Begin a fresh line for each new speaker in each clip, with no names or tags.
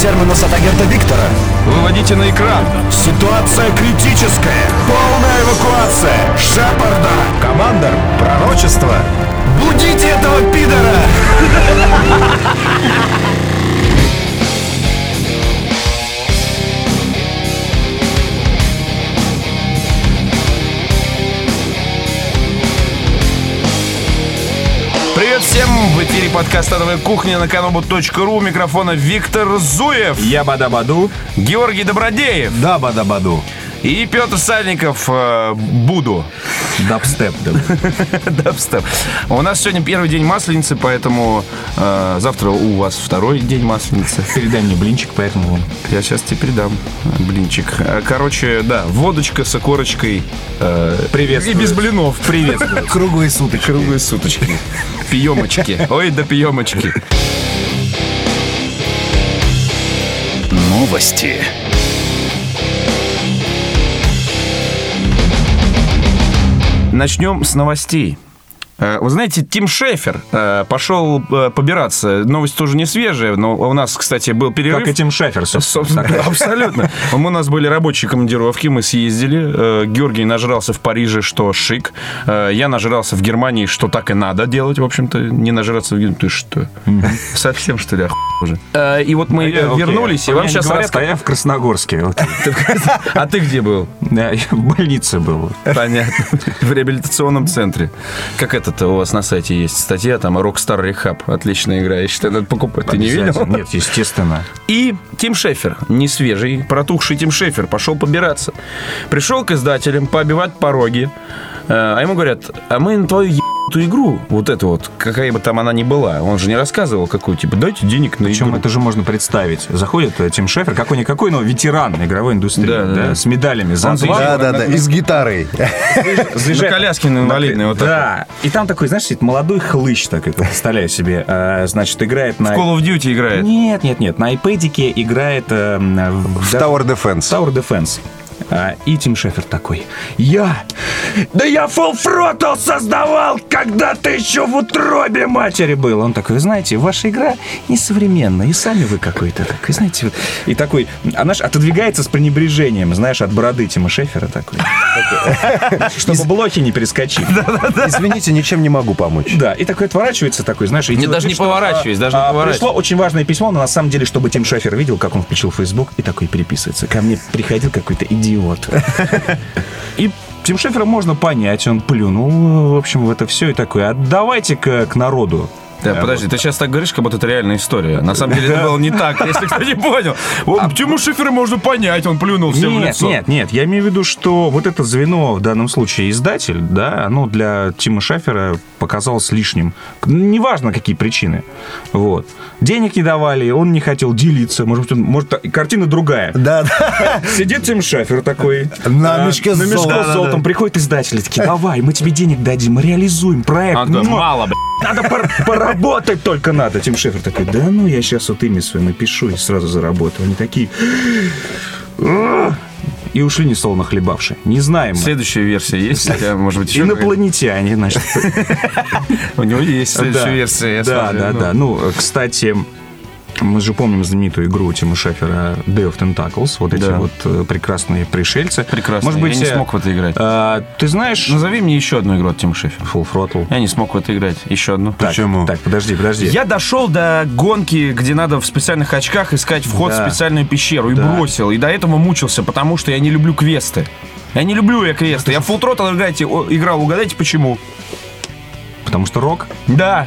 терминус от агента Виктора.
Выводите на экран.
Ситуация критическая. Полная эвакуация. Шепарда.
Командор, пророчество.
Будите этого пидора!
Привет всем! В эфире подкаст «Адовая кухня» на канобу.ру. У микрофона Виктор Зуев. Я Бада-Баду. Георгий Добродеев.
Да, бада баду.
И Петр Сальников. э, Буду.
Дабстеп.
Дабстеп. У нас сегодня первый день Масленицы, поэтому э, завтра у вас второй день Масленицы.
Передай мне блинчик, поэтому
Я сейчас тебе передам э, блинчик. Э, Короче, да, водочка с окорочкой. э, Привет. И без блинов. Привет.
круглые сутки.
Круглые суточки. Пьемочки. Ой, да пьемочки.
Новости.
Начнем с новостей. Э, Вы знаете, Тим Шефер э, пошел э, побираться. Новость тоже не свежая, но у нас, кстати, был перерыв.
Как и Тим Шефер, собственно.
Собственно, абсолютно. У нас были рабочие командировки, мы съездили. Э, Георгий нажрался в Париже, что шик. Э, Я нажрался в Германии, что так и надо делать, в общем-то. Не нажраться в Германии. Ты что? Совсем, что ли, оху- уже? Э, И вот мы э,
Окей.
вернулись, и
Про
вам
меня
сейчас
не говорят,
раска-
а я в Красногорске. Вот.
А ты где был?
Да, я в больнице был.
Понятно. В реабилитационном центре. Как этот у вас на сайте есть статья, там, Rockstar Rehab. Отличная игра, я считаю, надо покупать. Ты не видел?
Обязательно. Нет, естественно.
И Тим Шефер, не свежий, протухший Тим Шефер, пошел побираться. Пришел к издателям побивать пороги. Э, А ему говорят, а мы на твою ебанутую игру, вот эту вот, какая бы там она ни была, он же не рассказывал какую, типа, дайте денег на
Причем
игру.
это же можно представить. Заходит э, Тим Шефер, какой-никакой, но ветеран игровой индустрии.
Да, да, да.
С медалями за
Он
два.
заезжает
Да, да, да, и с гитарой.
На коляске на инвалидной вот так.
Да, и там такой, знаешь, сидит молодой хлыщ, так как представляю себе, э, значит, играет на...
В Call of Duty играет.
Нет, нет, нет, на айпэдике играет э, м,
В
да-
Tower Defense.
Tower Defense. А, и Тим Шефер такой. Я? Да я Full Throttle создавал, когда ты еще в утробе матери был. Он такой, знаете, ваша игра несовременная, и сами вы какой-то такой, знаете. вот». И такой, а наш отодвигается с пренебрежением, знаешь, от бороды Тима Шефера такой. Чтобы блоки не перескочили.
Извините, ничем не могу помочь.
Да, и такой отворачивается такой, знаешь, и
Не,
делает
даже
вид,
не
что,
поворачиваясь, даже не поворачиваясь.
Пришло очень важное письмо, но на самом деле, чтобы Тим Шефер видел, как он включил Facebook и такой переписывается. Ко мне приходил какой-то идиот. И Тим Шефера можно понять, он плюнул, в общем, в это все и такой, отдавайте-ка к народу.
Да, подожди, ты сейчас А так говоришь, как будто это реальная история. На самом деле это было не так, если кто не понял. А Вот Тиму Шифера можно понять, он плюнул всем в
Нет,
лицо.
нет, нет, я имею в виду, что вот это звено, в данном случае издатель, да, оно для Тима Шафера показалось лишним. Неважно, какие причины. Вот. Денег не давали, он не хотел делиться. Может быть, он- может, и картина другая.
Да, да.
Сидит Тим Шафер такой.
На
а,
мешке с
на мешке
золотом.
с золотом. Приходит издатель, и такие, давай, мы тебе денег дадим, мы реализуем проект.
Антон,
Но
мало, блядь.
Надо пор- поработать только надо. Тим Шефер такой, да ну я сейчас вот имя свое напишу и сразу заработаю. Они такие... И ушли ни солоно хлебавши. Не знаем. мы.
Следующая версия есть? у тебя, Может быть, еще какая-то?
Инопланетяне, значит.
У него есть следующая
Да.
версия. я
Да,
смотрю,
да,
ну.
да. Ну, э, кстати, мы же помним знаменитую игру Тима Шефера Day of Tentacles. Вот эти
Да.
вот э, прекрасные пришельцы.
Прекрасные.
Может быть,
Я не
э,
смог в это играть. Ну,
э, Ты знаешь...
Назови мне еще одну игру от Тима Шефера.
Full Throttle.
Я не смог в это играть. Еще одну.
Так,
Почему?
Так, подожди, подожди.
Я дошел до гонки, где надо в специальных очках искать вход
Да.
в специальную пещеру. И
Да.
бросил. И до этого мучился, потому что я не люблю квесты. Я не люблю я квесты. Я в Full Throttle играйте, о, играл. Угадайте, почему?
Потому что рок...
Да.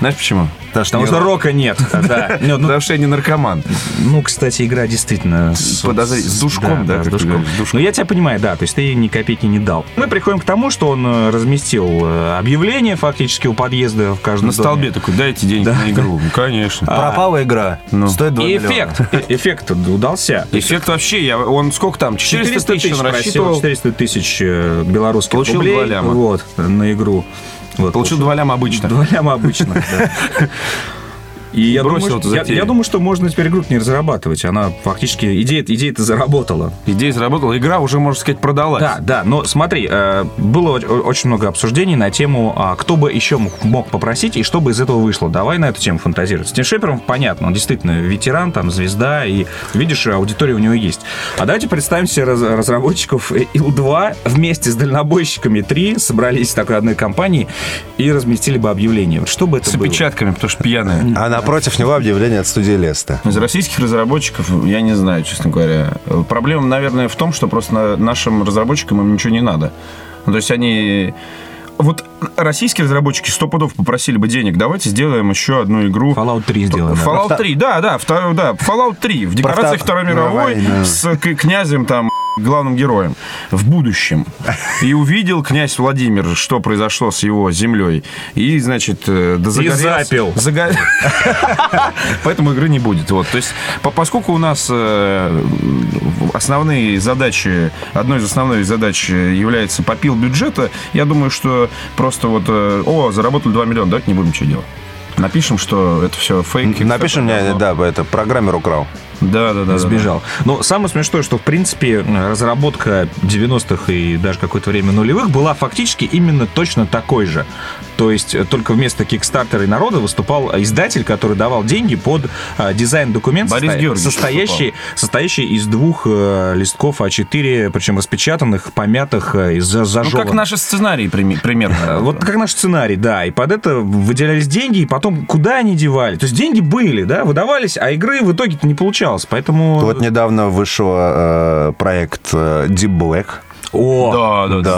Знаешь почему?
Потому что рока нет. Да. Нет, ну,
Потому что я не наркоман.
Ну, кстати, игра действительно...
С подозр- с душком, да,
с
как ты
душком.
говоришь, с душком.
Ну, я тебя понимаю, да, то есть ты ни копейки не дал. Мы приходим к тому, что он э, разместил э, объявление фактически у подъезда в каждом
На
доме.
столбе такой, дайте денег на игру. Ну, конечно.
Пропала игра. Стоит 2
И
миллиона.
эффект. э, Эффект удался.
Эффект вообще, я, он сколько там, 400 тысяч он
просил,
рассчитывал.
400 тысяч э, белорусских
Получил
рублей.
два ляма.
Вот, на игру. Вот,
Получил 2 ляма обычно.
Два ляма обычно. да. И я
бросил
думаю,
эту
что- я,
затею.
я думаю, что можно теперь игру не разрабатывать. Она фактически... Идея, идея-то заработала.
Идея заработала, игра уже, можно сказать, продалась.
Да, да, но смотри, э, было о- очень много обсуждений на тему, а, кто бы еще мог, мог попросить и что бы из этого вышло. Давай на эту тему фантазировать. С Тим Шепером понятно, он действительно ветеран, там, звезда, и, видишь, аудитория у него есть. А давайте представим себе раз- разработчиков Ил-2 вместе с дальнобойщиками 3 собрались в такой одной компании и разместили бы объявление. Вот Что бы это
С опечатками, потому что пьяные.
А напротив него объявление от студии Леста.
Из российских разработчиков, я не знаю, честно говоря. Э, Проблема, наверное, в том, что просто на- нашим разработчикам им ничего не надо. Ну, То есть они... Вот российские разработчики сто пудов попросили бы денег. Давайте сделаем еще одну игру.
было? Fallout 3 сделано.
Fallout 3, да, да, втор- да, Fallout 3 в декорациях
вто-
Второй мировой
мировой, да.
с к- князем там главным героем в будущем. И увидел князь Владимир, что произошло с его землей. И, значит, э, да загорелся-
запил.
Заго- Поэтому игры не будет. Вот. То есть, по- поскольку у нас э, основные задачи, одной из основных задач э, является попил бюджета, я думаю, что просто вот, э, о, заработали 2 миллиона, давайте не будем ничего делать. Напишем, что это все фейк.
Напиши мне, да, это программер украл.
Да, да, да.
сбежал. Но самое смешное, что, в принципе, разработка 90-х и даже какое-то время нулевых была фактически именно точно такой же. То есть э, только вместо Кикстартера и народа выступал издатель, который давал деньги под э, дизайн документ,
Борис Георгиевич
состоящий, состоящий из двух э, листков А4, причем распечатанных, помятых э, и за-
Ну,
зажеванных.
как наши сценарии прими-
Э,
примерно.
Вот как наш сценарий, да. И под это выделялись деньги, и потом куда они девали? То есть деньги были, да, выдавались, а игры в итоге-то не получалось. Поэтому...
Вот недавно вышел э, проект э, Deep Black.
О,
Да, да, да.
Да,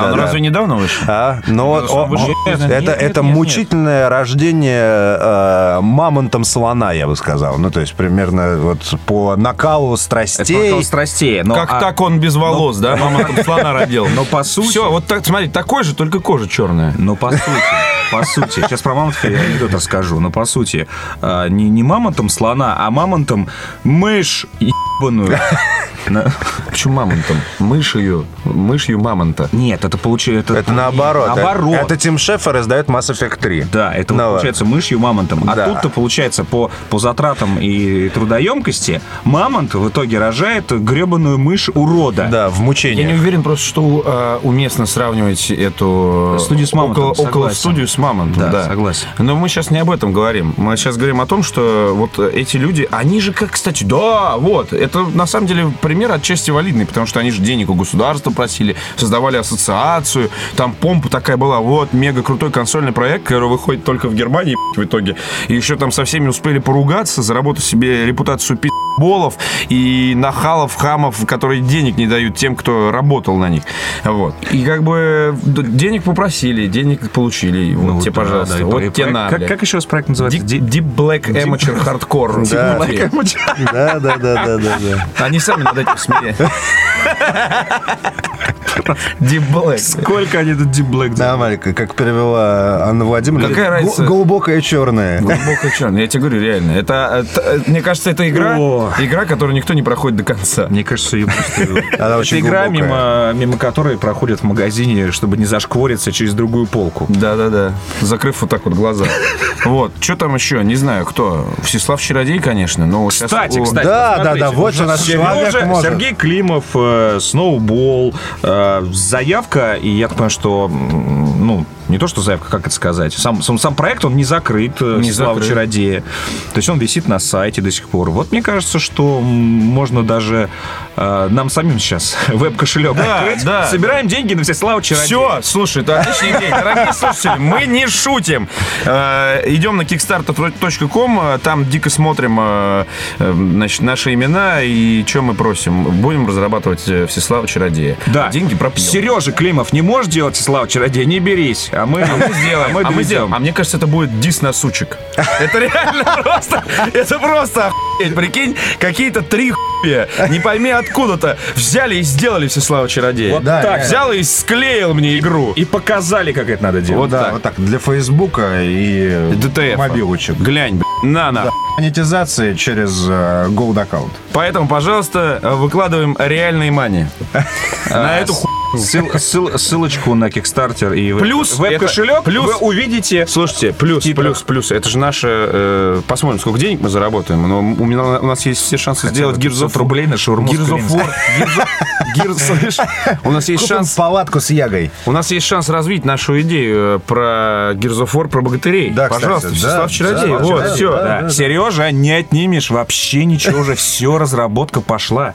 А он
да, да.
разве недавно вышел?
А, ну вот,
он
о-
вышел.
о-
Нет,
это,
нет, нет,
это
нет, нет.
мучительное рождение э, мамонтом слона, я бы сказал. Ну, то есть, примерно вот по накалу
Это
страстей.
пока страстей.
Ну,
Но,
как
а,
так он без волос, да? Мама там слона родил.
Но по сути...
Все, вот так, смотри, такой же, только кожа черная.
Но по сути, по сути, сейчас про мамонтов я анекдот расскажу, но по сути, а, не, не мамонтом слона, а мамонтом мышь ебаную. На-
Почему мамонтом? Мышью, мышью мамонта.
Нет, это получается...
Это наоборот.
Наоборот.
Это Тим Шефер издает Mass Effect 3.
Да, это
Ну
вот
ладно.
получается мышью мамонтом. А
Да.
тут-то получается по, по затратам и трудоемкости мамонт в итоге рожает гребаную мышь урода.
Да, в
Я не
мучении.
уверен просто, что э, уместно сравнивать эту... э,
Студию с мамонтом,
Около, около
согласен.
студию с мамонтом,
Да,
да.
согласен.
Но мы сейчас не об этом говорим. Мы сейчас говорим о том, что вот эти люди, они же как, кстати, да, вот. Это на самом деле пример отчасти валидный, потому что они же денег у государства просили, создавали ассоциацию, там помпа такая была, вот, мега крутой консольный проект, который выходит только в Германии блядь, в итоге. И еще там со всеми успели поругаться, заработать себе репутацию пи***. Болов и нахалов, хамов, которые денег не дают тем, кто работал на них. Вот. И как бы д- денег попросили, денег получили. Вот
Ну
тебе,
да,
пожалуйста.
да, и
вот
про-
тебе
про-
на.
Как,
бля.
как еще раз проект называется?
Deep, Deep Black Amateur Hardcore.
Да.
Deep Black Amateur.
Да, да, да, да, да, да.
Они сами над этим смеялись. Deep Black.
Сколько они тут Deep Black
Нормально, как- как перевела Анна Владимировна.
Какая
Гл-
разница?
Глубокая черная.
Глубоко черный. Я тебе говорю, реально. Это, э, т- э, мне кажется, это игра,
О.
игра, которую никто не проходит до конца.
Мне кажется, ее просто-
Она
Это
очень
игра,
глубокая.
мимо, мимо которой проходят в магазине, чтобы не зашквориться через другую полку.
Да-да-да. Закрыв вот так вот глаза. Вот. Что там еще? Не знаю, кто. Всеслав Чародей, конечно. Но вот сейчас
Кстати,
у-
кстати,
Да,
посмотрите,
да, да, вот что наш
Сережа-
человек может.
Сергей Климов, э, Сноубол, э, заявка, и я так понимаю, что, м, ну, не то, что заявка, как это сказать, сам, сам, сам проект, он не закрыт, не
Не
Слава
закрыт.
Чародея, то есть он висит на сайте до сих пор. Вот мне кажется, что м, можно даже э, нам самим сейчас веб-кошелек
Да,
открыть,
да,
собираем деньги на все Славу Чародея.
Все, слушай, это отличная идея. Дорогие слушатели, мы не шутим. Э, Идем на kickstarter.com, э, там дико смотрим э, э, значит, наши имена и что мы просим. Будем разрабатывать э, Всеслава Чародея.
Да.
Деньги пропьем.
Сережа Климов не можешь делать Слава Чародея, не берись. А мы,
Мы сделаем, а мы
доведем.
сделаем. А мне кажется, это будет дис на сучек. Это реально просто, это просто охуеть. Прикинь, какие-то три хуя, не пойми откуда-то, взяли и сделали Всеслава Чародея.
Вот
Да,
так
реально.
взял
Взял и склеил мне игру.
и показали, как это надо делать.
Вот
Да,
так.
вот так, для Фейсбука и
ДТФ.
мобилочек.
Глянь, бля, на, на.
монетизации через э, Gold аккаунт.
Поэтому, пожалуйста, выкладываем реальные мани. На эту ху...
Ссыл- ссыл- ссылочку на Kickstarter и веб-
Плюс
веб-кошелек
это- плюс-
вы увидите.
Слушайте, плюс,
Типа.
плюс, плюс. Это же наше... э, посмотрим, сколько денег мы заработаем. Но у, меня, у нас есть все шансы сделать
бы 500
гирзов
рублей на шаурму с курицей.
У нас есть
Купим
шанс...
палатку с ягой.
У нас есть шанс развить нашу идею э, про Gears of War, про богатырей.
Да, кстати,
Пожалуйста,
да,
Всеслав
да,
Чародей.
да,
вот,
да,
все.
да.
Сережа, не отнимешь вообще ничего уже. Все, разработка пошла.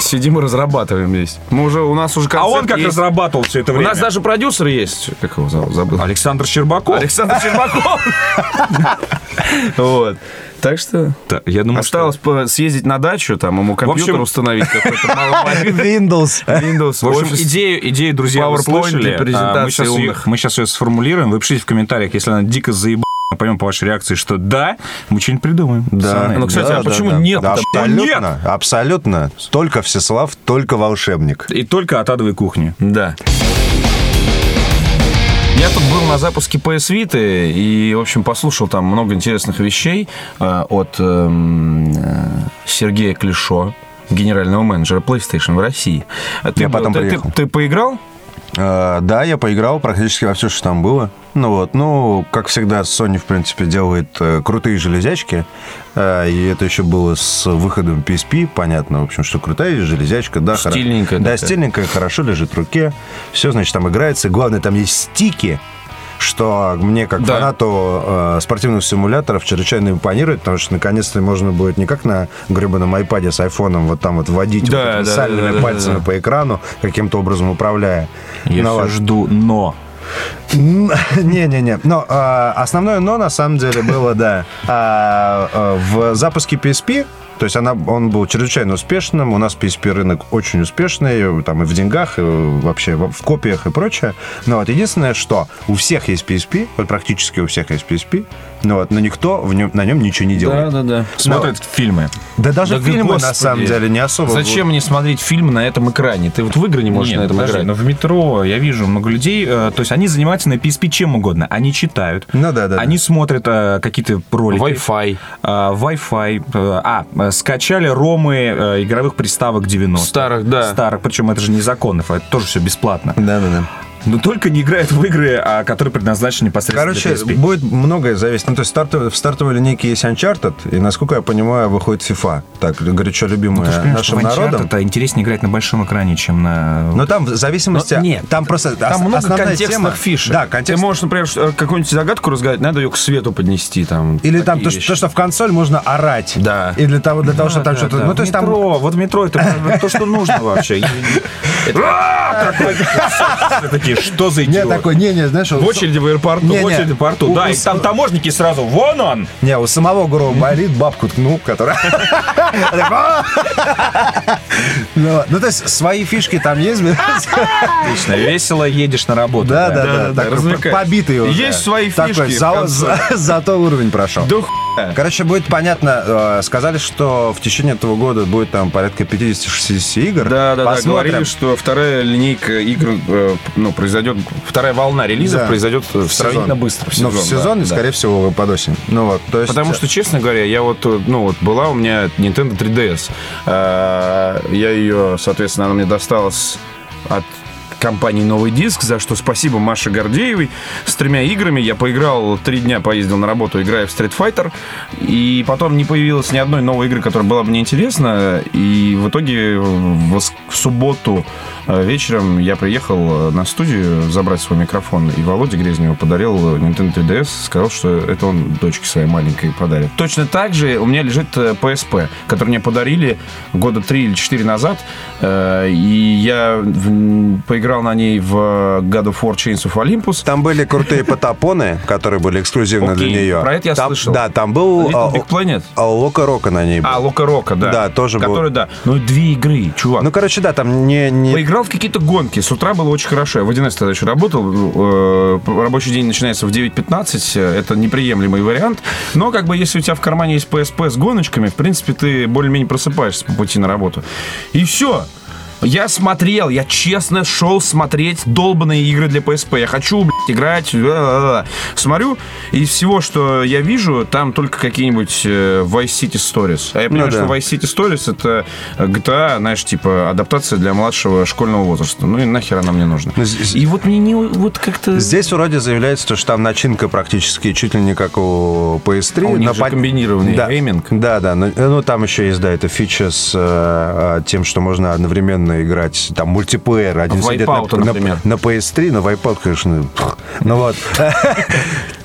Сидим и разрабатываем здесь. Мы уже, у нас уже
А
концепт
он как
есть.
разрабатывал все это
У
время?
нас даже продюсер есть. Как его зовут? Забыл.
Александр Щербаков.
Александр Щербаков. Вот. Так что
Та- Я думаю, Ну, что...
осталось по- съездить на дачу, там ему компьютер
общем-
установить какой-то маломобильный
Windows.
Windows.
В общем, идею, идею, друзья, вы
PowerPoint
слышали.
для
А, мы,
презентации
сейчас ее,
умных.
мы сейчас ее сформулируем. Вы пишите в комментариях, если она дико заебала. Мы поймем по вашей реакции, что да, мы что-нибудь придумаем. пацаны.
Ну, кстати, а почему нет?
Да,
Потому-
Абсолютно, абсолютно. Только Всеслав, только волшебник.
И только от адовой кухни.
Да. Я тут был на запуске PS Vita и, в общем, послушал там много интересных вещей э, от эм, э, Сергея Клишо, генерального менеджера PlayStation в России. А Ты,
Я потом
ты- ты-
приехал.
ты поиграл?
Э, Да, я поиграл практически во все, что там было. Ну вот, ну, как всегда, Sony, в принципе, делает э, крутые железячки. Э, И это еще было с выходом PSP, понятно, в общем, что крутая железячка, да, хоро-
Стильненькая
Да,
такая.
стильненькая, хорошо лежит в руке. Все, значит, там играется. Главное, там есть стики, что мне, как
Да.
фанату э, спортивных симуляторов, чрезвычайно импонирует, потому что наконец-то можно будет не как на гребаном айпаде с айфоном вот там вот водить
Да,
вот этими
да, да,
сальными
да, да,
пальцами
да.
Э, по экрану, каким-то образом управляя.
Я
Ну,
всё
ладно.
жду, но.
Н- Не-не-не. Но а, основное но на самом деле было, да. а, а, В запуске PSP. То есть она, он был чрезвычайно успешным. У нас PSP рынок очень успешный, там и в деньгах, и вообще в в копиях и прочее. Но вот единственное, что у всех есть PSP, вот практически у всех есть PSP, но вот, но никто в нем, на нем ничего не делает.
да, да.
Смотрят фильмы.
Да даже
Да
фильмы на
господи.
самом деле не особо.
Зачем мне смотреть фильм на этом экране? Ты вот в игры не можешь
Нет,
на этом
подожди,
экране.
ну,
но в метро я вижу много людей, э, то есть они занимаются на PSP чем угодно. Они читают,
Ну да, да.
они смотрят э, какие-то ролики.
Wi-Fi.
А, Wi-Fi. э, А, э, скачали ромы э, игровых приставок 90
Старых, да.
Старых, причем это же незаконно, это тоже все бесплатно.
Да, да, да.
Но только не играют в игры, а, которые предназначены непосредственно
Короче,
для PSP.
будет многое зависеть. Ну, то есть стартовый, в стартовой линейке есть Uncharted, и, насколько я понимаю, выходит FIFA. Так, горячо
Ну,
любимая нашим народом.
это интереснее играть на большом экране, чем на...
Но там в зависимости...
Но нет,
там просто ос-
Там много
основная
контекстных
тема-
фишек.
Да,
Ты
контекст.
можешь, например, ш- э, какую-нибудь загадку разгадать, надо ее к свету поднести. Там,
Или там то
такие
что,
вещи.
то, что в консоль можно орать.
Да.
И для того, для того чтобы там
Да,
что-то...
да.
Ну, то есть там...
метро, вот метро, это то, что нужно вообще. А, такой- Все такие, что за
Не,
идиот?
такой, не-не, знаешь...
В очереди в аэропорту.
Не,
В
не.
очереди в порту, да, и там таможники сразу, вон он!
Не, у самого Гуру болит, бабку ткнул, которая... Ну, ну, то есть свои фишки там есть.
Отлично, весело едешь на работу.
Да, да, да,
да, да,
так,
развлекаешь.
Побитый уже.
Есть свои
Такой,
фишки в
за-
конце.
за- Зато уровень прошел.
Да хуя.
Короче, будет понятно. э, Сказали, что в течение этого года будет там порядка 50-60 игр.
Да, да, да,
Посмотрим.
говорили, что вторая линейка игр, э, ну, произойдет, вторая волна релизов
Да.
произойдет э,
В
сравнительно
сезон.
быстро.
Ну, в сезон, и,
да, да.
скорее всего, под осень. Ну вот, то есть...
Потому что, честно говоря, я вот, э, ну, вот была у меня Nintendo 3DS. Э, Я ее, соответственно, она мне досталась от компании «Новый диск», за что спасибо Маше Гордеевой. С тремя играми я поиграл, три дня поездил на работу, играя в Street Fighter, и потом не появилось ни одной новой игры, которая была бы мне интересна, и в итоге э, в, вос- в субботу э, вечером я приехал э, на студию забрать свой микрофон, и Володя Грезнева подарил Nintendo 3DS, сказал, что это он дочке своей маленькой подарит. Точно так же у меня лежит э, PSP, который мне подарили года три или четыре назад, э, и я в- поиграл на ней в God of War Chains of Olympus.
Там были крутые потапоны, которые были эксклюзивно для
Окей,
нее.
про это я
Там-
слышал.
Да, там был... э,
Little Big Planet?
Лока Рока на ней был.
А, Лока Рока, да.
а, Да, тоже был.
Который, да. Ну, две игры, чувак.
Ну, короче, да, там не... не...
Поиграл в какие-то гонки. С утра было очень хорошо. Я в 11 тогда еще работал. Э, Рабочий день начинается в 9.15. Э, Это неприемлемый вариант. Но как бы если у тебя в кармане есть PSP с гоночками, в принципе, ты более-менее просыпаешься по пути на работу. И все. Я смотрел, я честно шел смотреть долбанные игры для PSP. Я хочу, блядь, играть. да-да-да. Смотрю, и из всего, что я вижу, там только какие-нибудь э, Vice City Stories. А я понимаю,
да.
что Vice City Stories это э, GTA, знаешь, типа адаптация для младшего школьного возраста. Ну и нахер она мне нужна.
Ну, здесь-
И вот мне не вот как-то.
Здесь вроде заявляется, то, что там начинка практически чуть ли не как у PS3.
А у них
но
же комбинированный
да.
гейминг.
Да, да. Ну, ну, там еще есть, да, это фича с э, а, тем, что можно одновременно играть там мультиплеер. Один
В
сидит на,
Wipeout,
на-
например.
на PS3, на Wipeout, конечно. пф. Ну вот.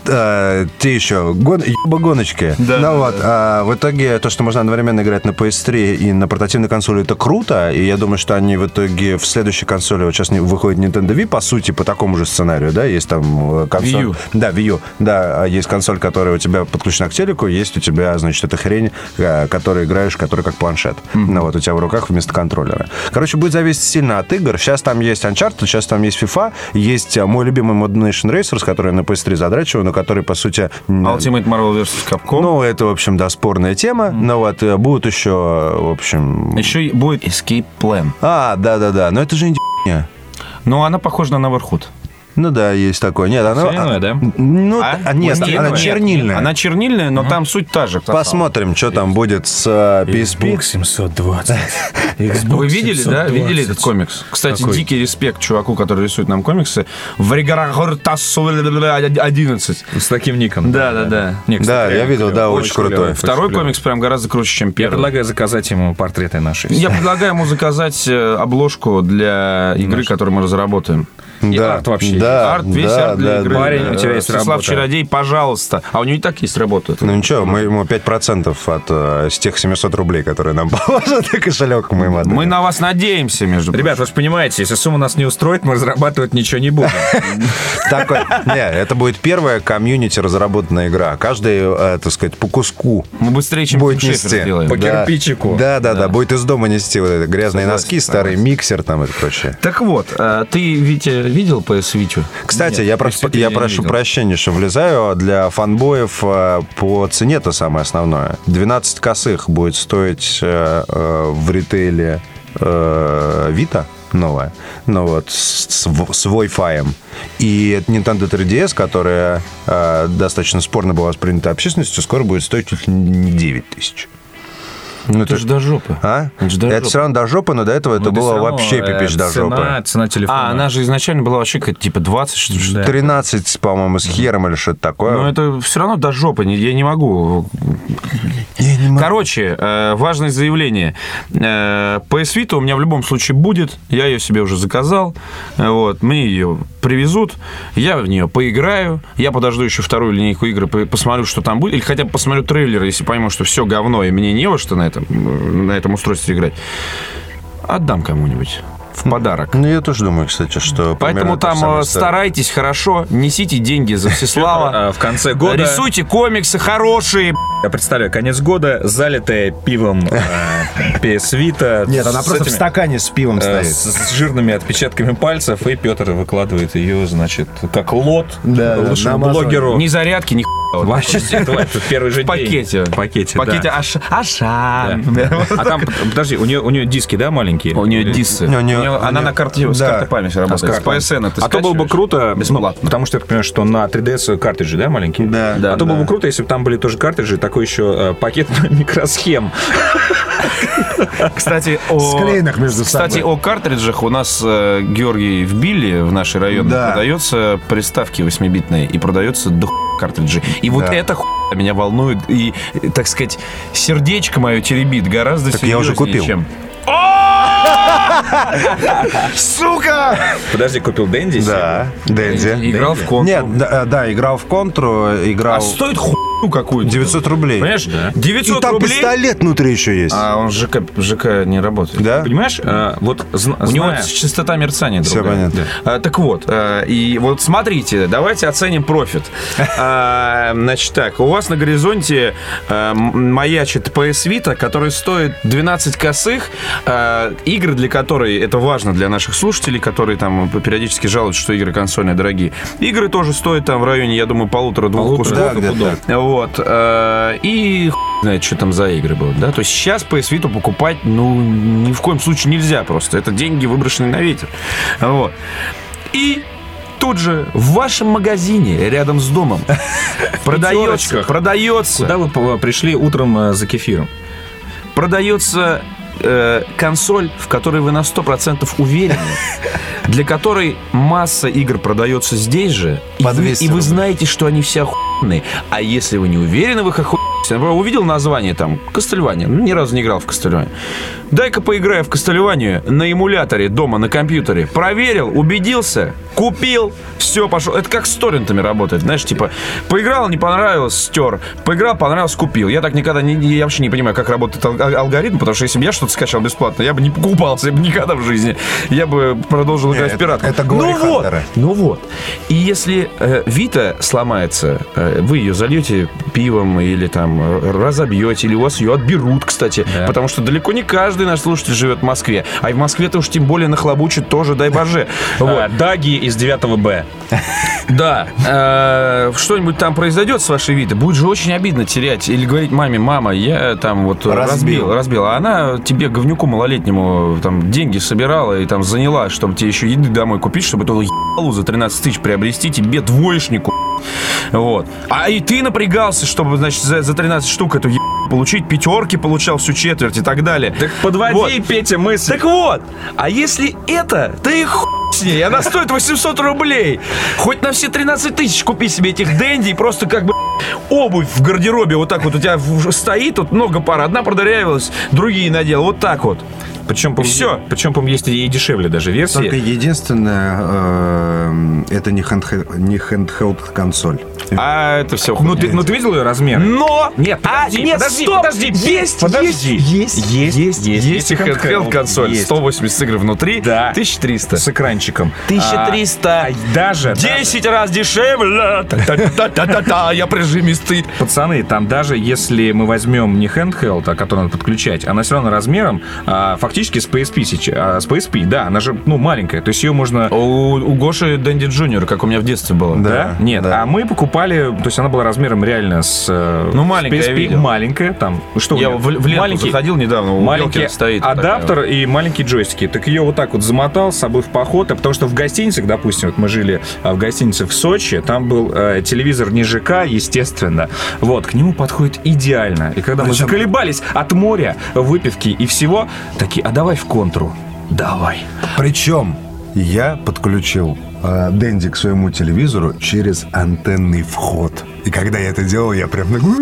Э, Те еще гон, еба гоночки.
Да,
Ну
да,
вот, а, в итоге то, что можно одновременно играть на PS3 и на портативной консоли, это круто. И я думаю, что они в итоге в следующей консоли, вот сейчас не- выходит Nintendo Wii, по сути, по такому же сценарию, да, есть там э, консоль.
Wii U.
Да, Wii U. Да, а есть консоль, которая у тебя подключена к телеку, есть у тебя, значит, эта хрень, э, которой играешь, которая как планшет. Ну вот, у тебя в руках вместо контроллера. Короче, будет зависеть сильно от игр. Сейчас там есть Uncharted, сейчас там есть FIFA, есть э, мой любимый Mod Nation Racers, который я на PS3 задрачиваю, но который, по сути... м,
Ultimate Marvel vs. Capcom.
Ну, это, в общем, да, спорная тема. Но вот э, будут еще, э, в общем...
Еще и будет Escape Plan.
А, да-да-да, но это же не
Но она похожа на Neverhood.
Ну да, есть такое. Нет, она...
Соленая, да?
Ну,
А?
а, нет,
Пластилиновая?
она чернильная.
Она чернильная, но там суть та же.
Посмотрим, что там будет с э, PSP.
720.
Вы видели, да? Видели этот комикс? Кстати,
Какой?
дикий респект чуваку, который рисует нам комиксы. В 11.
С таким ником.
Да, да, да.
Не, кстати,
Да, я
реально
видел,
клево,
да, очень крутой.
клево,
Второй
клево.
комикс прям гораздо круче, чем
Я
первый.
предлагаю заказать ему портреты наши.
Я предлагаю ему заказать э, обложку для игры, которую мы разработаем.
И
Да,
арт вообще
Да,
Арт, весь
А, да,
арт для
да,
игры.
да.
Парень, у тебя есть
Всеслав
работа.
Чародей, пожалуйста. А у него и так есть работа.
Ну ничего, мы ему 5% от э, с тех 700 рублей, которые нам положат на кошелек, мы ему отдаем.
Мы на вас надеемся, между прочим.
Ребят, вы же понимаете, если сумма нас не устроит, мы разрабатывать ничего не будем.
Такой, не, это будет первая комьюнити разработанная игра. Каждый, э, так сказать, по куску
мы быстрее, чем
будет
Тим
нести.
Шефер сделаем.
По кирпичику.
Да, да, да, будет из дома нести вот это грязные носки, старый миксер там и прочее.
Так вот, э, ты, Витя, видел PS Витю?
Кстати, я, про-
если ты
я
меня не
прошу
видел.
прощения, что влезаю. Для фанбоев э, по цене-то самое основное. 12 косых будет стоить э, э, в ритейле э, Vita новая. Ну вот, с, с в- с Wi-Fi. И Nintendo 3DS, которая э, достаточно спорно была воспринята общественностью, скоро будет стоить чуть ли не 9 тысяч. Ну,
Это
то-
же до жопы.
а?
Это же до
Это
жопы.
все равно до жопы, но до этого это
Ну, ты
было
всё равно,
вообще
э,
пипец до жопы.
Цена, цена телефона.
А, она же изначально была вообще какая-то типа 20, что ли?
13, по-моему, с хером или что-то такое.
Но Ну, это все равно до жопы, не- я не могу.
Я не могу.
Короче, э, важное заявление. Э, PS Vita у меня в любом случае будет. Я ее себе уже заказал. Э, Вот, мне ее привезут. Я в нее поиграю. Я подожду еще вторую линейку игры, по- посмотрю, что там будет. Или хотя бы посмотрю трейлер, если пойму, что все говно, и мне не во что на этом, э, на этом устройстве играть. Отдам кому-нибудь в подарок.
Ну, я тоже думаю, кстати, что... примерно
Поэтому
та же
там
самая
э,
история.
старайтесь хорошо, несите деньги за Всеслава.
А, В конце года...
Рисуйте комиксы хорошие. б***ь.
Я представляю, конец года, залитая пивом э, PS Vita.
Нет, она
с
просто в
этими,
стакане с пивом
э,
стоит.
С, с жирными отпечатками пальцев, и Петр выкладывает ее, значит, как лот
Да, да,
лучшему
на Амазоне.
блогеру.
Ни зарядки, ни хуя.
Вообще, это первый же
В
день.
пакете.
В пакете,
В пакете Аш- Ашан.
Да. А там, подожди, у нее, у нее диски, да, маленькие?
У нее дисы.
Не, у нее-
У нее- Она
у нее-
на карте с
да.
карты памяти работает. С PSN -а ты
А то было бы
скачиваешь?
круто,
Бесплатно.
ну, потому что я понимаю, что на 3DS картриджи, да, маленькие?
Да.
А то
Да.
было бы круто, если бы там были тоже картриджи, такой еще э, пакет микросхем.
Кстати, о...
Склеенных между
Кстати,
собой.
о картриджах у нас э, Георгий в Билли, в нашей районе,
Да.
продается приставки 8-битные и продается до хуя картриджи. И вот
Да.
это хуя меня волнует и, э, так сказать, сердечко мое теребит гораздо
Так я уже
серьезнее,
купил.
чем...
Сука!
Подожди, купил Дэнди?
Да, Дэнди.
Играл в контур.
Нет, да, э, да, играл в контру, играл...
А стоит хуйню какую-то.
900 рублей.
Понимаешь,
И
900
там
рублей...
пистолет внутри еще есть.
А он ЖК, ЖК не работает.
Да?
Понимаешь, э, вот зн-
У него
зная-
частота мерцания
Всё
другая.
понятно.
А, так вот, а, и вот смотрите, давайте оценим профит. А, значит так, у вас на горизонте а, м- маячит PS Vita, который стоит 12 косых, а, игры для которой, это важно для наших слушателей, которые там периодически жалуются, что игры консольные дорогие, игры тоже стоят там в районе, я думаю, полутора-двух
Полутора,
кусков.
да, где-то
Вот. Вот. э, И хуй знает, что там за игры будут, да. То есть сейчас PS Vita покупать, ну, ни в коем случае нельзя просто. Это деньги, выброшенные на ветер. Вот. И тут же в вашем магазине рядом с домом продается,
пятерочках.
продается
Куда вы по- пришли утром э, за кефиром?
продается э, консоль, в которой вы на 100% уверены, для которой масса игр продается здесь же, и
По
вы,
200
и вы
рублей.
знаете, что они все охуенные. А если вы не уверены в их охуенности, например, увидел название там Кастельвания, ну, ни разу не играл в Кастельванию. Дай-ка поиграю в Кастельванию на эмуляторе дома, на компьютере. Проверил, убедился, купил, все, пошел. Это как с торрентами работает, знаешь, типа, поиграл, не понравилось, стер. Поиграл, понравилось, купил. Я так никогда, не, я вообще не понимаю, как работает ал- ал- алгоритм, потому что если бы я что-то скачал бесплатно, я бы не покупался, я бы никогда в жизни. Я бы продолжил играть в
это-
пиратку.
это
ну
Glory
вот,
Hunter.
ну вот. И если э, Вита сломается, э, вы ее зальете пивом или там э, разобьете, или у вас ее отберут, кстати. Потому что далеко не каждый наш слушатель живет в Москве. А и в Москве-то уж тем более нахлобучит тоже, дай боже. Вот.
А, Даги из 9 Б.
Да. Э, Что-нибудь там произойдет с вашей Витой, будет же очень обидно терять. Или говорить маме, мама, я там вот разбил,
Разбил.
разбил. А она тебе, говнюку малолетнему, там деньги собирала и там заняла, чтобы тебе еще еды домой купить, чтобы эту ебалу за 13 тысяч приобрести тебе двоечнику. Вот. А и ты напрягался, чтобы, значит, за, за 13 штук эту ебалу получить, пятерки получал всю четверть и так далее. Так
подводи,
Петя, мысль. Так вот, а если это, да и хуй с ней, она стоит 800 рублей. Хоть на все 13 тысяч купи себе этих денди и просто как бы обувь в гардеробе вот так вот у тебя в- стоит, вот много пар, одна продырявилась, другие надел, вот так вот.
Причем,
Всё.
Причем, по-моему, есть и дешевле даже
Только
версии.
единственное, эм, это не, хэндхе- не handheld консоль.
А это все
Ну ты, ну ты видел ее размеры?
Но!
Нет,
а,
подожди,
нет,
подожди,
стоп!
подожди,
есть,
подожди.
есть, есть, есть, есть,
есть,
и handheld консоль,
есть.
180 игр внутри,
Да.
1300.
С экранчиком.
1300.
А, а даже, даже-
10 раз дешевле. Та-та-та-та-та, я прижимистый.
Пацаны, там даже если мы возьмем не handheld, а который надо подключать, она все равно размером а, фактически с PSP, сейчас- а, с PSP, да, она же, ну, маленькая, то есть ее можно...
У, у Гоши Дэнди Джуниор, как у меня в детстве было.
Да? Нет,
да.
а мы покупали, то есть она была размером реально с... э,
Ну,
маленькая,
маленькая, я видел.
маленькая, там, что у
Я
нее?
в, в ленту
маленький,
заходил недавно, Ну, у
маленький
Белкина стоит. такая
адаптер и маленькие джойстики. Так ее вот так вот замотал с собой в поход, а потому что в гостиницах, допустим, вот мы жили а, в гостинице в Сочи, там был э, телевизор не ЖК, естественно. Вот, к нему подходит идеально. И когда мы
Причём-
заколебались от моря, выпивки и всего, такие, а давай в контру. Давай.
Причем я подключил э, Дэнди к своему телевизору через антенный вход. И когда я это делал, я прям такой...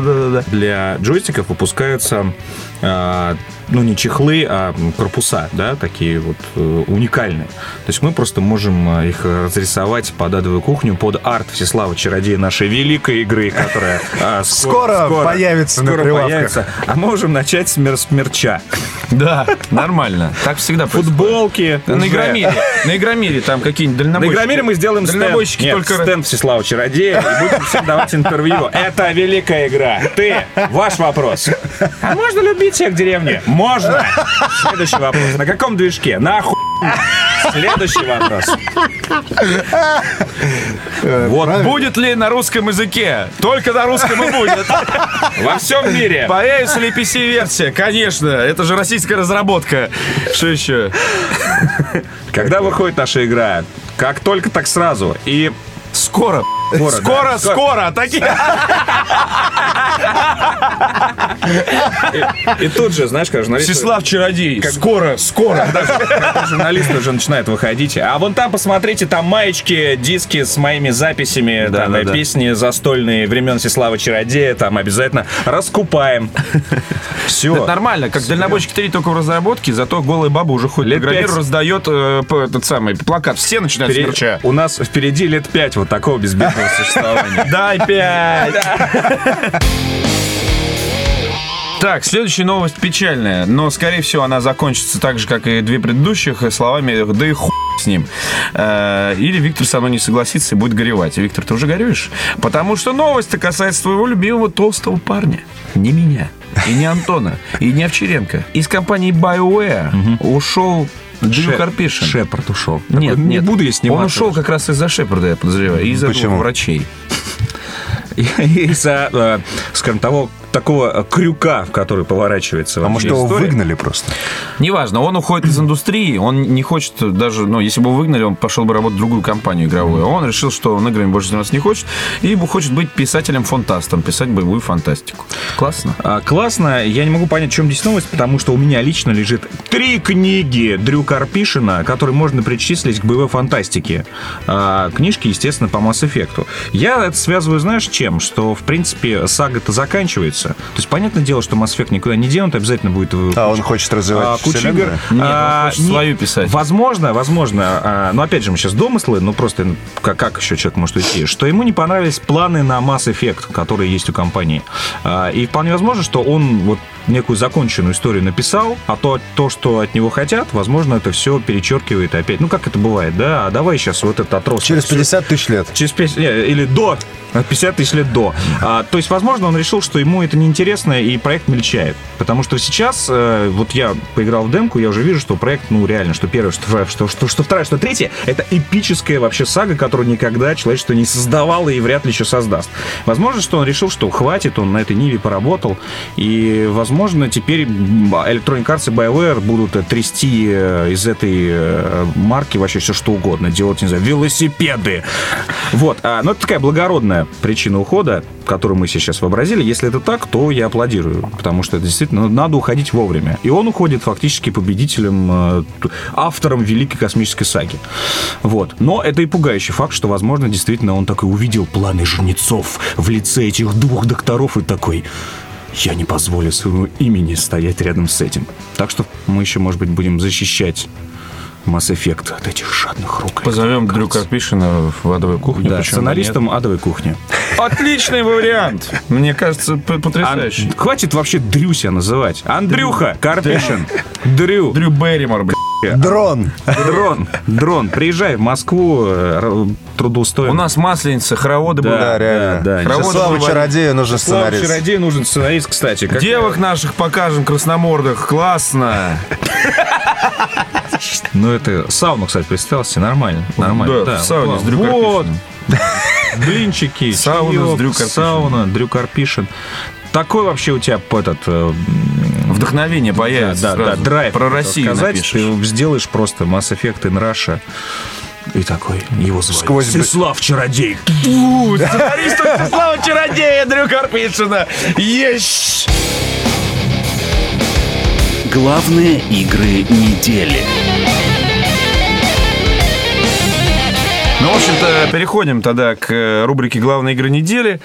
Для джойстиков выпускаются, а, ну, не чехлы, а м, корпуса, да, такие вот э, уникальные. То есть мы просто можем а, их разрисовать под адовую кухню, под арт Всеслава Чародея нашей великой игры, которая а,
Скоро появится на прилавках.
А можем начать с, мер- с мерча.
Да, нормально. Так всегда происходит.
Футболки.
На
уже.
игромире. На игромире там какие-нибудь
На
дальнобойщики.
игромире мы сделаем стенд.
Дальнобойщики
Нет,
только...
стенд Всеслава Чародея и будем всем давать интервью. Это великая игра. Ты, ваш вопрос. А можно любить всех в деревне? Можно. Следующий вопрос. На каком движке? Нахуй. Следующий вопрос.
Вот будет ли на русском языке? Только на русском и будет.
Во всем мире.
Появится ли PC-версия? Конечно, это же российская разработка. Что еще?
Когда выходит наша игра? Как только, так сразу. И
Скоро. Скоро,
да.
скоро,
Скоро.
скоро. Такие
И тут же, знаешь, как журналист...
Всеслав Чародей. Скоро, скоро.
Журналист уже начинает выходить. А вон там, посмотрите, там маечки, диски с моими записями,
Да,
там
да,
э,
да.
песни застольные времен Сеслава Чародея, там обязательно раскупаем.
Это
Все.
нормально, как дальнобойщик 3 только в разработке, зато голая баба уже ходит.
Лет
Игромир
пять.
раздает э, п- этот самый плакат. Все начинают с мерча.
У нас впереди лет пять вот такого безбедного существования.
Дай пять! Так, следующая новость печальная, но, скорее всего, она закончится так же, как и две предыдущих, э, словами «да и хуй с ним». Э, Или Виктор со мной не согласится и будет горевать. Виктор, ты уже горюешь? Потому что новость-то касается твоего любимого толстого парня. Не меня, и не Антона, и не Овчаренко. Из компании BioWare ушел Джим Карпишин.
Шепард ушел.
Нет,
не
нет.
буду я
Он
сниматься.
Ну, ушел как раз из-за Шепарда, я подозреваю, и из-за двух
Почему?
врачей.
из-за, э, скажем, того, такого крюка, в который поворачивается
А
вообще
может, его
история.
выгнали просто?
Неважно, он уходит из индустрии, он не хочет даже, ну, если бы его выгнали, он пошел бы работать в другую компанию игровую. А Он решил, что он играми больше заниматься не хочет, и хочет быть писателем-фантастом, писать боевую фантастику. Классно.
А, Классно. Я не могу понять, в чем здесь новость, потому что у меня лично лежит три книги Дрю Карпишина, которые можно причислить к боевой фантастике. А, Книжки, естественно, по Mass Effect. Я это связываю, знаешь, с чем? Что, в принципе, сага-то заканчивается. То есть, понятное дело, что Mass Effect никуда не денут, обязательно будет... э,
А он хочет
а,
развивать
куча игр.
вселенную?
Нет, он
А,
хочет
не-
свою писать.
Возможно, возможно. а, но опять же, мы сейчас домыслы, ну просто ну, как, как еще человек может уйти? Что ему не понравились планы на Mass Effect, которые есть у компании. А, и вполне возможно, что он вот некую законченную историю написал, а то, то, что от него хотят, возможно, это все перечеркивает опять. Ну, как это бывает, да? А давай сейчас вот этот отрос.
Через 50 тысяч лет.
Через 50 не, или до. 50 тысяч лет до. А, то есть, возможно, он решил, что ему это неинтересно, и проект мельчает. Потому что сейчас, э, вот я поиграл в демку, я уже вижу, что проект, ну, реально, что первое, что второе, что, что, что второе, что третье, это эпическая вообще сага, которую никогда человечество не создавало и вряд ли еще создаст. Возможно, что он решил, что хватит, он на этой ниве поработал, и, возможно, теперь м, Electronic Arts и BioWare будут э, трясти э, из этой э, марки вообще все что угодно, делать, не знаю, велосипеды, вот, а, ну это такая благородная причина ухода, которую мы сейчас вообразили. Если это так, то я аплодирую, потому что это действительно ну, надо уходить вовремя. И он уходит фактически победителем, э, т- автором великой космической саги. Вот. Но это и пугающий факт, что, возможно, действительно он такой увидел планы жнецов в лице этих двух докторов и такой... Я не позволю своему имени стоять рядом с этим. Так что мы еще, может быть, будем защищать Mass Effect от этих жадных рук.
Позовем Дрю Карпишина в адовую кухню.
Да,
почему бы
сценаристом адовой кухни.
нет? Отличный вариант. А, Мне кажется, п-
Ан-
потрясающий.
Хватит вообще Дрю себя называть. Андрюха, Карпишин, Дрю,
Дрю Берримор, блядь.
Дрон.
Дрон, Дрон, приезжай в Москву, э, р-
У
трудоустроен.
нас масленица, хороводы были.
Да, реально.
да, да.
Слава
Хороводы бывали.
Чародею нужен сценарист.
Чародей нужен сценарист, кстати. как-
Девок наших покажем красномордых. Классно.
Ну, это сауну, кстати, представил себе, нормально. Нормально.
Да, в сауне с Дрю
Вот.
Карпишиным.
Блинчики,
Сауна с
чаек,
Дрю Карпишиным.
Сауна, Дрю Карпишин. Такой вообще у тебя п- этот... э, м,
Вдохновение появится
Э, Да, да,
сразу.
да, драйв.
Про
хотел
Россию
сказать,
напишешь.
Ты сделаешь просто Mass Effect in Russia. И такой, его звали
Сквозь бы-
Всеслав Чародей.
Слава чародея Дрю Карпишина! Есть!
Главные игры недели.
Ну, в общем-то, переходим тогда к э, рубрике «Главные игры недели».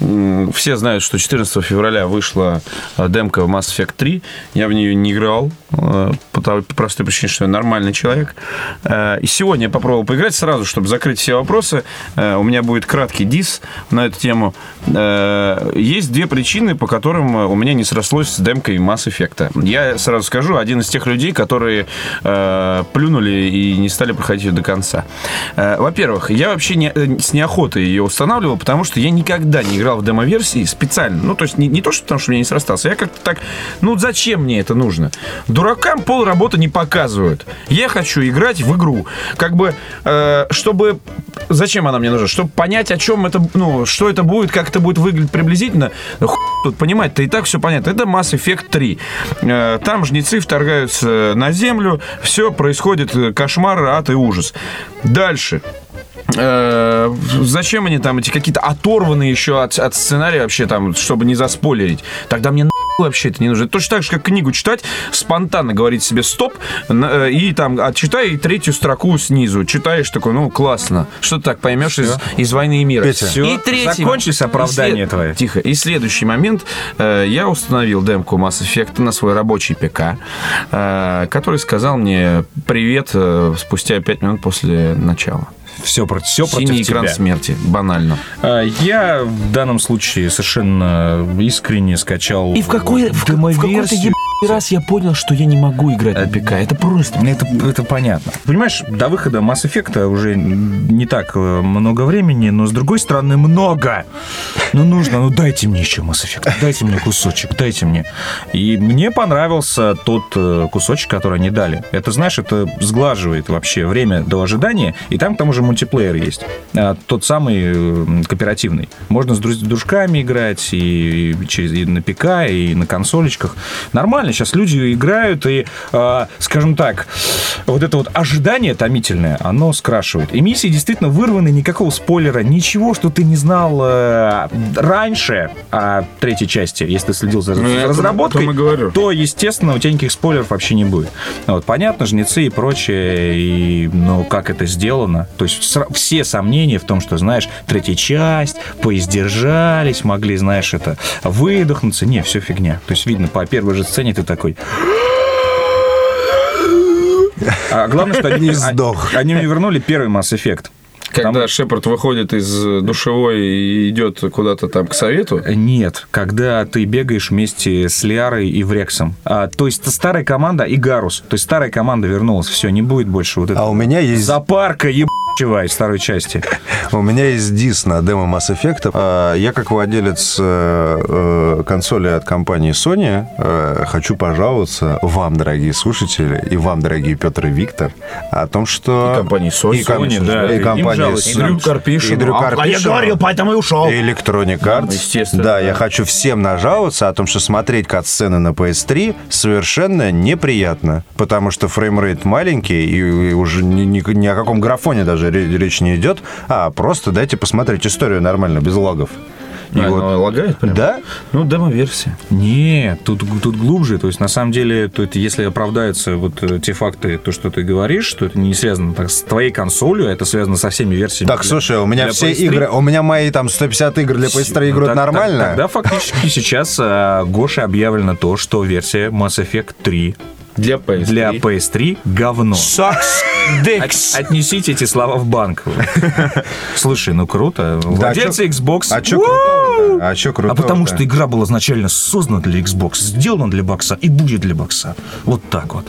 М, Все знают, что 14 февраля вышла э, демка в Mass Effect 3. Я в нее не играл, э, по той по простой причине, что я нормальный человек. Э, И сегодня я попробовал поиграть сразу, чтобы закрыть все вопросы. Э, У меня будет краткий дис на эту тему. Э, Есть две причины, по которым э, у меня не срослось с демкой Mass Effect. Я сразу скажу, один из тех людей, которые э, плюнули и не стали проходить ее до конца. Э, Во-первых, я вообще не- э, с неохотой ее устанавливал, потому что я никогда не играл в демо-версии специально. Ну, то есть не, не то, что потому что у меня не срастался, я как-то так, ну, зачем мне это нужно? Дуракам пол работы не показывают. Я хочу играть в игру. Как бы, э, чтобы... Зачем она мне нужна? Чтобы понять, о чем это, ну, что это будет, как это будет выглядеть приблизительно. Да хуй тут понимать-то и так все понятно. Это Mass Effect 3. Э, Там жнецы вторгаются на землю, все происходит э, кошмар, ад и ужас. Дальше. Э, зачем они там эти какие-то оторванные еще от, от сценария вообще там, чтобы не заспойлерить? Тогда мне нахуй вообще это не нужно. Это Точно так же, как книгу читать, спонтанно говорить себе стоп на- э, и там отчитай третью строку снизу. Читаешь такой, ну классно. Что ты так поймешь из, из войны и мира.
Петя.
Всё,
И третий.
закончились
И
оправдания твои.
Тихо. И следующий момент. Э, Я установил демку Mass Effect на свой рабочий ПК, э, который сказал мне привет э, спустя 5 минут после начала.
Все, все
Синий
против
экран
тебя.
смерти, банально.
А, Я в данном случае совершенно искренне скачал...
И в какой- в- в какой-то
демоверсию.
раз я понял, что я не могу играть на ПК. Это просто...
Это, это понятно. Понимаешь, до выхода Mass Effect уже не так э, много времени, но с другой стороны много. Ну нужно, ну дайте мне еще Mass Effect, дайте мне кусочек, дайте мне. И мне понравился тот э, кусочек, который они дали. Это, знаешь, это сглаживает вообще время до ожидания, и там к тому же мультиплеер есть. А, Тот самый э, кооперативный. Можно с друз- дружками играть и, и через, и на ПК, и на консолечках. Нормально, сейчас люди играют, и, а, скажем так, вот это вот ожидание томительное, оно скрашивает. И миссии действительно вырваны, никакого спойлера, ничего, что ты не знал э, раньше о третьей части, если ты следил за, за
Ну, я о том-
разработкой,
о том и говорю.
то, естественно, у тебя никаких спойлеров вообще не будет. А Вот, понятно, жнецы и прочее, и, ну, как это сделано. То есть сра- все сомнения в том, что, знаешь, третья часть, поиздержались, могли, знаешь, это, выдохнуться. Не, все фигня. То есть видно, по первой же сцене ты такой... А главное, что они,
Не сдох.
они мне вернули первый Mass Effect.
Когда Шепард выходит из э, душевой и идет куда-то там к совету,
Нет, когда ты бегаешь вместе с Лиарой и Врексом. А, то есть старая команда и Гарус. То есть старая команда вернулась. Все, не будет больше вот
А
этого.
у меня есть...
Запарка ебучего из второй части.
У меня есть дис на демо Mass Effect. А, Я, как владелец э, э, консоли от компании Sony, э, хочу пожаловаться вам, дорогие слушатели, и вам, дорогие Петр и Виктор, о том, что...
И компании Sony,
и, конечно,
Sony, да,
и
им
компании Sony,
жалость, и Дрю А,
Карпишину.
и Дрю Карпишину.
поэтому и ушел.
И Electronic
Ну,
Arts.
естественно,
Да,
да.
я хочу всем нажаловаться о том, что смотреть кат-сцены на PS3 совершенно неприятно. Потому что фреймрейт маленький, и, и уже ни, ни- ни о каком графоне даже ре- речь не идет. А просто дайте посмотреть историю нормально, без лагов. И
А,
вот-
оно лагает прям?
Да?
Ну, демо-версия.
Не, тут, тут глубже. То есть, на самом деле, тут, если оправдаются вот э, те факты, то, что ты говоришь, что это не связано так, с твоей консолью, а это связано со всеми версиями.
Так,
для-
слушай, у меня
для
все
PS3.
игры, у меня мои там 150 игр для PS3 играют
Ну, Так-
нормально.
так- Тогда фактически сейчас э, Гоше объявлено то, что версия Mass Effect 3
Для PS3.
для PS3 говно.
Сакс Декс.
От- отнесите эти слова в банк. Слушай, ну круто. Владельцы
чё-
Xbox.
А чё
Вау!
крутого-то? А чё крутого-то?
А потому что игра была изначально создана для Xbox, сделана для бокса и будет для бокса. Вот так вот.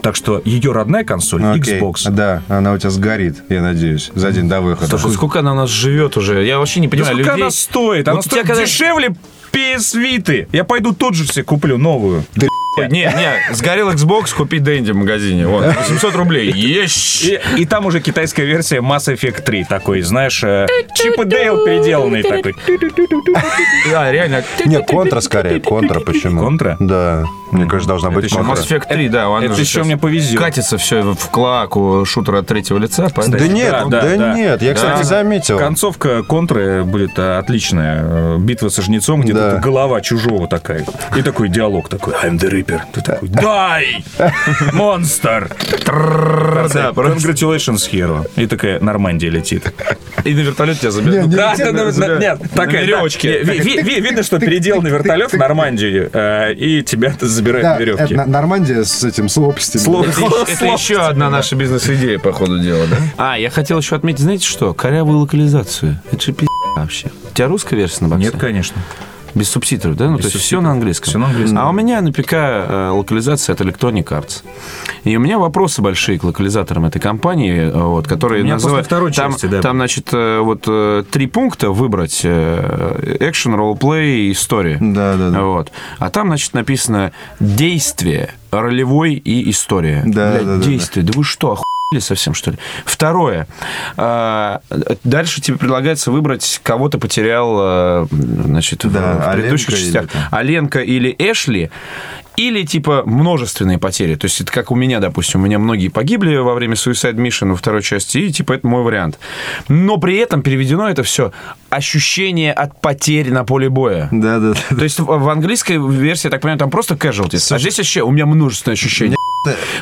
Так что ее родная консоль
Ну, окей.
Xbox.
Да, она у тебя сгорит, я надеюсь, за день до выхода.
Слушай, сколько она у нас живет уже? Я вообще не
Да
понимаю
сколько
людей.
она стоит? Она
Вот у тебя
стоит
когда-
дешевле PS Vita. Я пойду тут же себе куплю новую.
Ой, Не, не, сгорел Xbox, купи Дэнди в магазине. Вот, 800 рублей. Ешь!
И, и там уже китайская версия Mass Effect 3 такой, знаешь, э, Чип и Дейл переделанный такой.
Да, реально.
Не, контра скорее, контра почему?
Контра?
Да, мне кажется, должна быть
Еще
контра.
Mass Effect 3, да. она
это
же
еще
сейчас
мне повезет.
Катится все в клаку шутера от третьего лица. поэтому-
Да нет,
Да,
да,
да, да.
нет, я, кстати,
Да.
заметил.
Концовка контры будет э, отличная. Э, Битва со жнецом, где
Да.
тут голова чужого такая. И такой диалог такой. I'm the Reaper. Ты такой, дай! Монстр! Да, Congratulations, hero. И такая Нормандия летит.
И на вертолет тебя заберут. Ну,
Да, да, да, да, нет, такая, да.
веревочке.
Ви- ви- ви- Видно, что переделанный вертолет в Нормандии, э, и тебя забирают на веревке.
Нормандия с этим слопстем.
Это еще одна наша бизнес-идея, по ходу дела, да?
А, я хотел еще отметить, знаете что? Корявую локализацию. Это же пи*** вообще. У тебя русская версия на боксе?
Нет, конечно.
Без субтитров, да? Ну, то есть все на английском.
Всё на английском.
А у меня на ПК э, локализация от Electronic Arts. И у меня вопросы большие к локализаторам этой компании, э, вот, которые
У меня после
называют...
второй
там,
части, да.
Там, значит, э, вот э, три пункта выбрать. э, Экшен, ролл-плей и история.
Да, да, да.
Вот. А там, значит, написано действие, ролевой и история.
Да,
Блядь,
да, да, да.
действие. Да вы что, охуели совсем, что ли? Второе. А, Дальше тебе предлагается выбрать, кого ты потерял а, значит, в-
Да,
в, предыдущих
Оленка или
частях.
там.
Оленка или Эшли, или типа множественные потери. То есть это как у меня, допустим, у меня многие погибли во время Suicide Mission во второй части, и типа это мой вариант. Но при этом переведено это все ощущение от потерь на поле боя.
Да, да, да.
То есть в- в английской версии, я так понимаю, там просто casualty. А здесь вообще у меня множественное ощущение.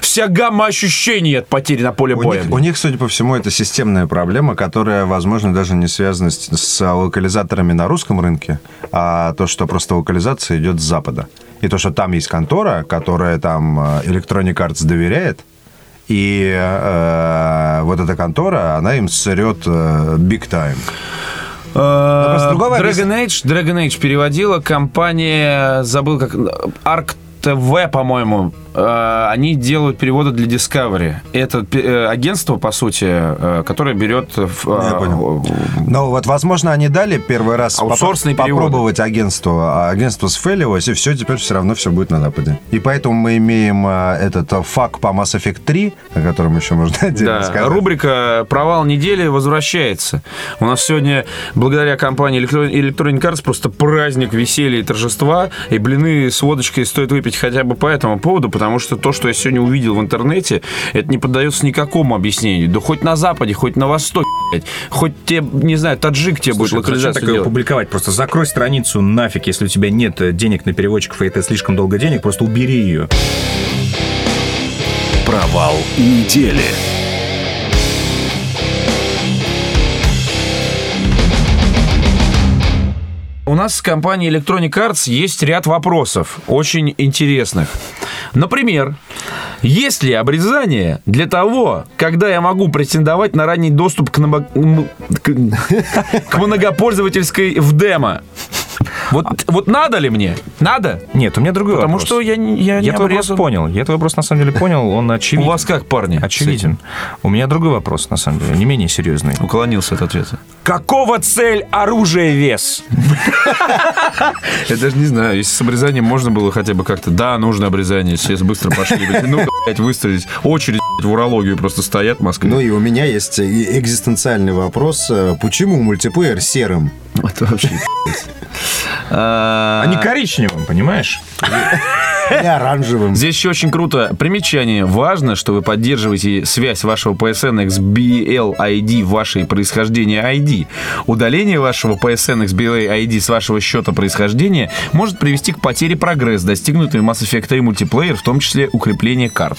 Вся гамма ощущений от потери на поле
У
боя.
них, у них, судя по всему, это системная проблема, которая, возможно, даже не связана с, с локализаторами на русском рынке, а то, что просто локализация идет с Запада. И то, что там есть контора, которая там э, Electronic Arts доверяет, и э, вот эта контора, она им срет э, big time.
Э,
просто другого
Dragon Age, Dragon Age переводила компания, забыл как, Arc
ТВ, по-моему, э, они делают переводы для Discovery. Это э, агентство, по сути, э, которое берет... э, в, э,
Я понял. Ну вот, возможно, они дали первый раз попро-
Аутсорсные переводы.
попробовать агентство, а агентство сфейлилось, и все, теперь все равно все будет на Западе. И поэтому мы имеем а, этот а, фак по Mass Effect 3, о котором еще можно отдельно
Да,
сказать.
рубрика «Провал недели» возвращается. У нас сегодня, благодаря компании Electro- Electronic Arts, просто праздник веселья и торжества. И блины с водочкой стоит выпить хотя бы по этому поводу, потому что то, что я сегодня увидел в интернете, это не поддается никакому объяснению. Да хоть на Западе, хоть на Востоке, блядь. хоть тебе, не знаю, таджик тебе будет
Слушай, зачем
локализацию
такое
делать.
публиковать? Просто закрой страницу нафиг, если у тебя нет э, денег на переводчиков, и это слишком долго денег, просто убери ее.
Провал недели.
У нас с компанией Electronic Arts есть ряд вопросов, очень интересных. Например, есть ли обрезание для того, когда я могу претендовать на ранний доступ к, набо- м- к- к многопользовательской в демо? Вот, вот надо ли мне? Надо?
Нет, у меня другой
Потому
вопрос.
что я, не- я, не
я твой вопрос
обрезан.
понял. Я твой вопрос на самом деле понял, он
У
очевиден.
вас как, парни? с этим?
очевиден. У меня другой вопрос, на самом деле, не менее серьезный.
Уклонился от ответа.
Какого цель оружия вес?
Я даже не знаю, если с обрезанием можно было хотя бы как-то, да, нужно обрезание, все быстро пошли, блядь, ну, блядь, выстрелить, очередь блядь, в урологию просто стоят в Москве.
Ну и у меня есть и экзистенциальный вопрос. э, Почему мультиплеер серым?
Это вообще
А не коричневым, понимаешь?
И оранжевым.
Здесь еще очень круто. Примечание. Важно, что вы поддерживаете связь вашего PSN XBL ID вашей происхождения ID. Удаление вашего PSN XBL ID с вашего счета происхождения может привести к потере прогресс, достигнутой в Mass Effect 3 мультиплеер, в том числе укрепление карт.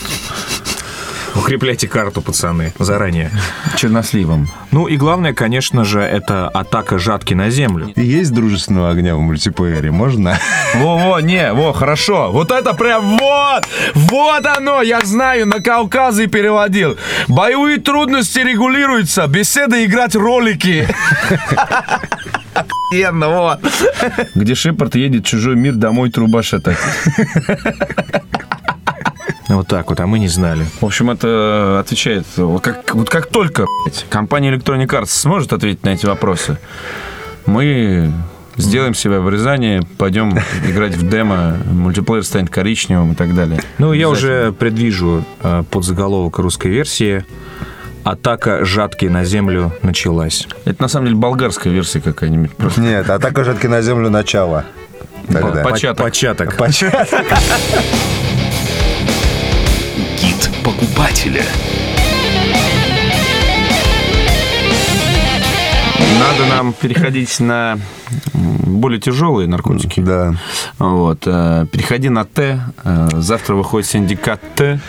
Укрепляйте карту, пацаны, заранее.
Черносливом.
Ну и главное, конечно же, это атака жатки на землю.
Есть дружественного огня в мультиплеере, можно?
Во-во, не, во, хорошо. Вот это прям вот, вот оно, я знаю, на Кавказе переводил. Боевые трудности регулируются, беседы играть ролики. Охуенно, вот. Где Шепард едет в чужой мир домой трубаша так.
Вот так вот, а мы не знали.
В общем, это отвечает, вот как, вот как только блядь, компания Electronic Arts сможет ответить на эти вопросы, мы сделаем себе обрезание, пойдем играть в демо, мультиплеер станет коричневым и так далее.
Ну, я уже предвижу э, подзаголовок русской версии. Атака жатки на землю началась.
Это на самом деле болгарская версия какая-нибудь. Просто
Нет, а так уже на землю начало. Тогда.
початок.
Початок.
Гид покупателя.
Надо нам переходить на м, более тяжелые наркотики.
Да.
Вот. э, Переходи на Т. Э, Завтра выходит синдикат Т.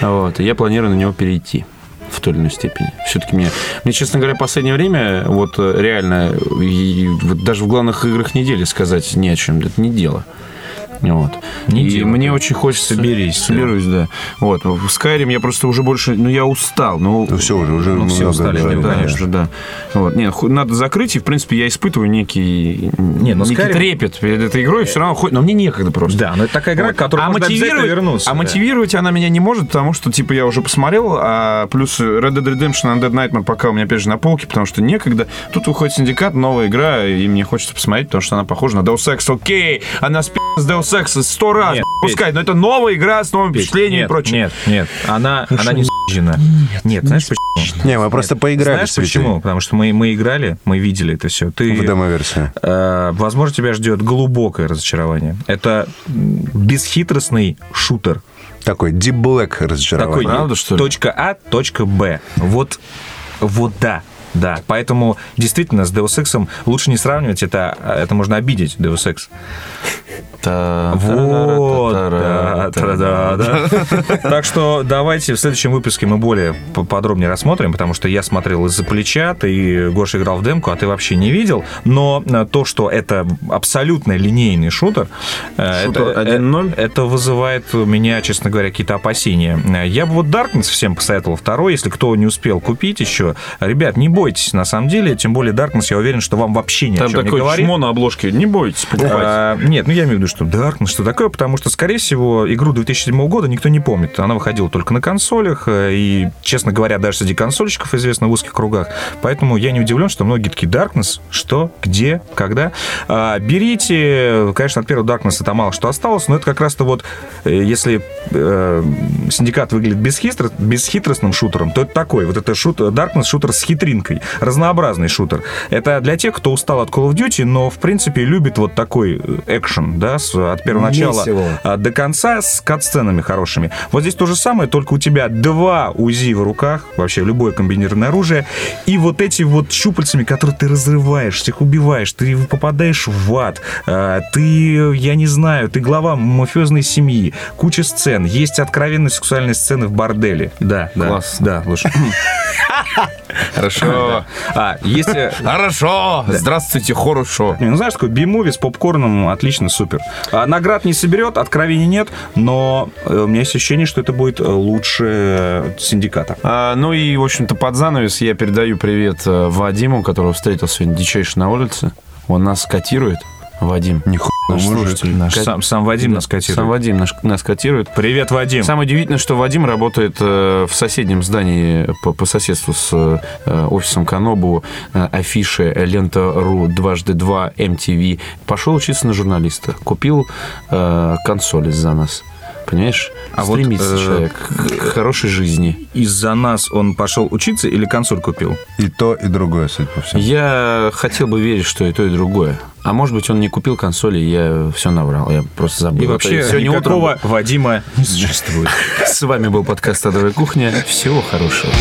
Вот. и Я планирую на него перейти в той или иной степени. Все-таки мне, мне, честно говоря, в последнее время, вот э, реально, и- и вот даже в главных играх недели сказать не о чем. Это не дело. Вот. и
дело,
мне очень хочется... Соберись. Соберусь, да. Вот. В Skyrim я просто уже больше... Ну, я устал. Ну,
Ну все уже, уже
Ну, все
много
устали,
отжали,
да,
да.
Конечно, да. Вот. Нет, ху- надо закрыть, и, в принципе, я испытываю некий,
Не, ну,
некий
Skyrim-
трепет перед этой игрой, все равно хоть, но мне некогда просто.
Да, но это такая игра, к
а
которой можно обязательно
мотивировать,
вернуться.
а
да.
мотивировать она меня не может, потому что, типа, я уже посмотрел, а плюс Red Dead Redemption Undead Nightmare пока у меня, опять же, на полке, потому что некогда. Тут выходит Синдикат, новая игра, и мне хочется посмотреть, потому что она похожа на Deus Ex. Окей, она спи с Deus Ex сто раз,
Нет,
пускай, но это новая игра с новым впечатлением
нет,
и Ну, прочим.
Нет, нет, она, она не с***ена. Нет,
ну
знаешь почему?
Не, мы просто поиграли
Знаешь
с Витей
почему? Потому что мы, мы играли, мы видели это все. Ты,
в демо-версию.
э, возможно, тебя ждет глубокое разочарование. Это м, бесхитростный шутер.
Такой Deep Black разочарование.
Такой
правда, что ли?
точка А, точка Б. Вот, вот да. Да, поэтому действительно с Deus Ex лучше не сравнивать, это, это можно обидеть Deus Ex. Вот, да, да, да. Так что давайте в следующем выпуске мы более п- подробнее рассмотрим, потому что я смотрел из-за плеча, ты, Гоша, играл в демку, а ты вообще не видел. Но э, то, что это абсолютно линейный шутер, э,
Шутер
это, э,
1.0?
это вызывает у меня, честно говоря, какие-то опасения. Э, Я бы вот Darkness всем посоветовал второй, если кто не успел купить еще. Ребят, не бойтесь, на самом деле, тем более Darkness, я уверен, что вам вообще ни о
Там
чем не
такое
говорит.
чмо на обложке. Не бойтесь покупать.
А, Нет, ну я имею в виду, что Darkness, что такое, потому что, скорее всего, игру 2007 года никто не помнит. Она выходила только на консолях, э, и, честно говоря, даже среди консольщиков известно в узких кругах. Поэтому я не удивлен, что многие такие Darkness, что, где, когда. А, берите, конечно, от первого Darkness это мало что осталось, но это как раз-то вот, э, если э, Синдикат выглядит бесхитро- бесхитростным шутером, то это такой. Вот это шут, Darkness шутер с хитринкой. Разнообразный шутер. Это для тех, кто устал от Call of Duty, но, в принципе, любит вот такой э, экшен, да, с- от первого начала
Месиво.
а, до конца с кат-сценами хорошими. Вот здесь то же самое, только у тебя два УЗИ в руках, вообще любое комбинированное оружие, и вот эти вот щупальцами, которые ты разрываешь, всех убиваешь, ты попадаешь в ад, а, ты, я не знаю, ты глава мафиозной семьи, куча сцен, есть откровенно сексуальные сцены в борделе. Да, да.
Класс.
Да, лучше.
Хорошо.
А, есть... э,
Хорошо. Здравствуйте, хорошо.
Не, ну знаешь, такой би-муви с попкорном, отлично, супер. А, наград не соберет, откровений нет, но э, у меня есть ощущение, что это будет э, лучше э, синдиката.
А, ну и, в общем-то, под занавес я передаю привет э, Вадиму, которого встретил сегодня дичайше на улице. Он нас котирует. Вадим, нихуя наш слушатель.
Наш
Кот-
сам, сам Вадим нас котирует.
Сам Вадим наш- нас котирует.
Привет, Вадим.
Самое удивительное, что Вадим работает э, в соседнем здании э, по, по соседству с э, офисом Канобу, э, афиши Лента.ру, дважды два, MTV. Пошел учиться на журналиста. Купил э, консоль за нас. Понимаешь?
А вот,
Стремится
э,
человек к- к хорошей жизни.
Из-за нас он пошел учиться или консоль купил?
И то, и другое, судя по всему.
Я хотел бы верить, что и то, и другое. А может быть, он не купил консоли, и я все наврал. Я просто забыл.
И вообще
Это сегодня утром
никакого Вадима не существует.
С вами был подкаст «Адовая кухня». Всего хорошего.